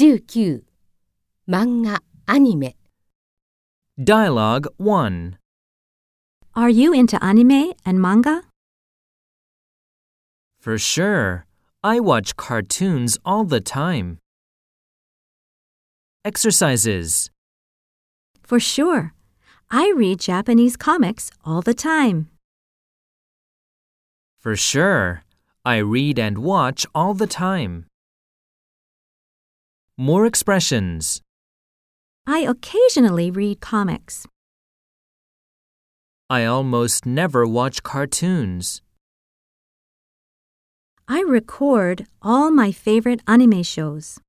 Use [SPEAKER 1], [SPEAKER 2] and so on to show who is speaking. [SPEAKER 1] 19漫画アニメ
[SPEAKER 2] Dialogue 1.
[SPEAKER 3] Are you into anime and manga?
[SPEAKER 2] For sure. I watch cartoons all the time. Exercises.
[SPEAKER 3] For sure. I read Japanese comics all the time.
[SPEAKER 2] For sure. I read and watch all the time. More expressions.
[SPEAKER 3] I occasionally read comics.
[SPEAKER 2] I almost never watch cartoons.
[SPEAKER 3] I record all my favorite anime shows.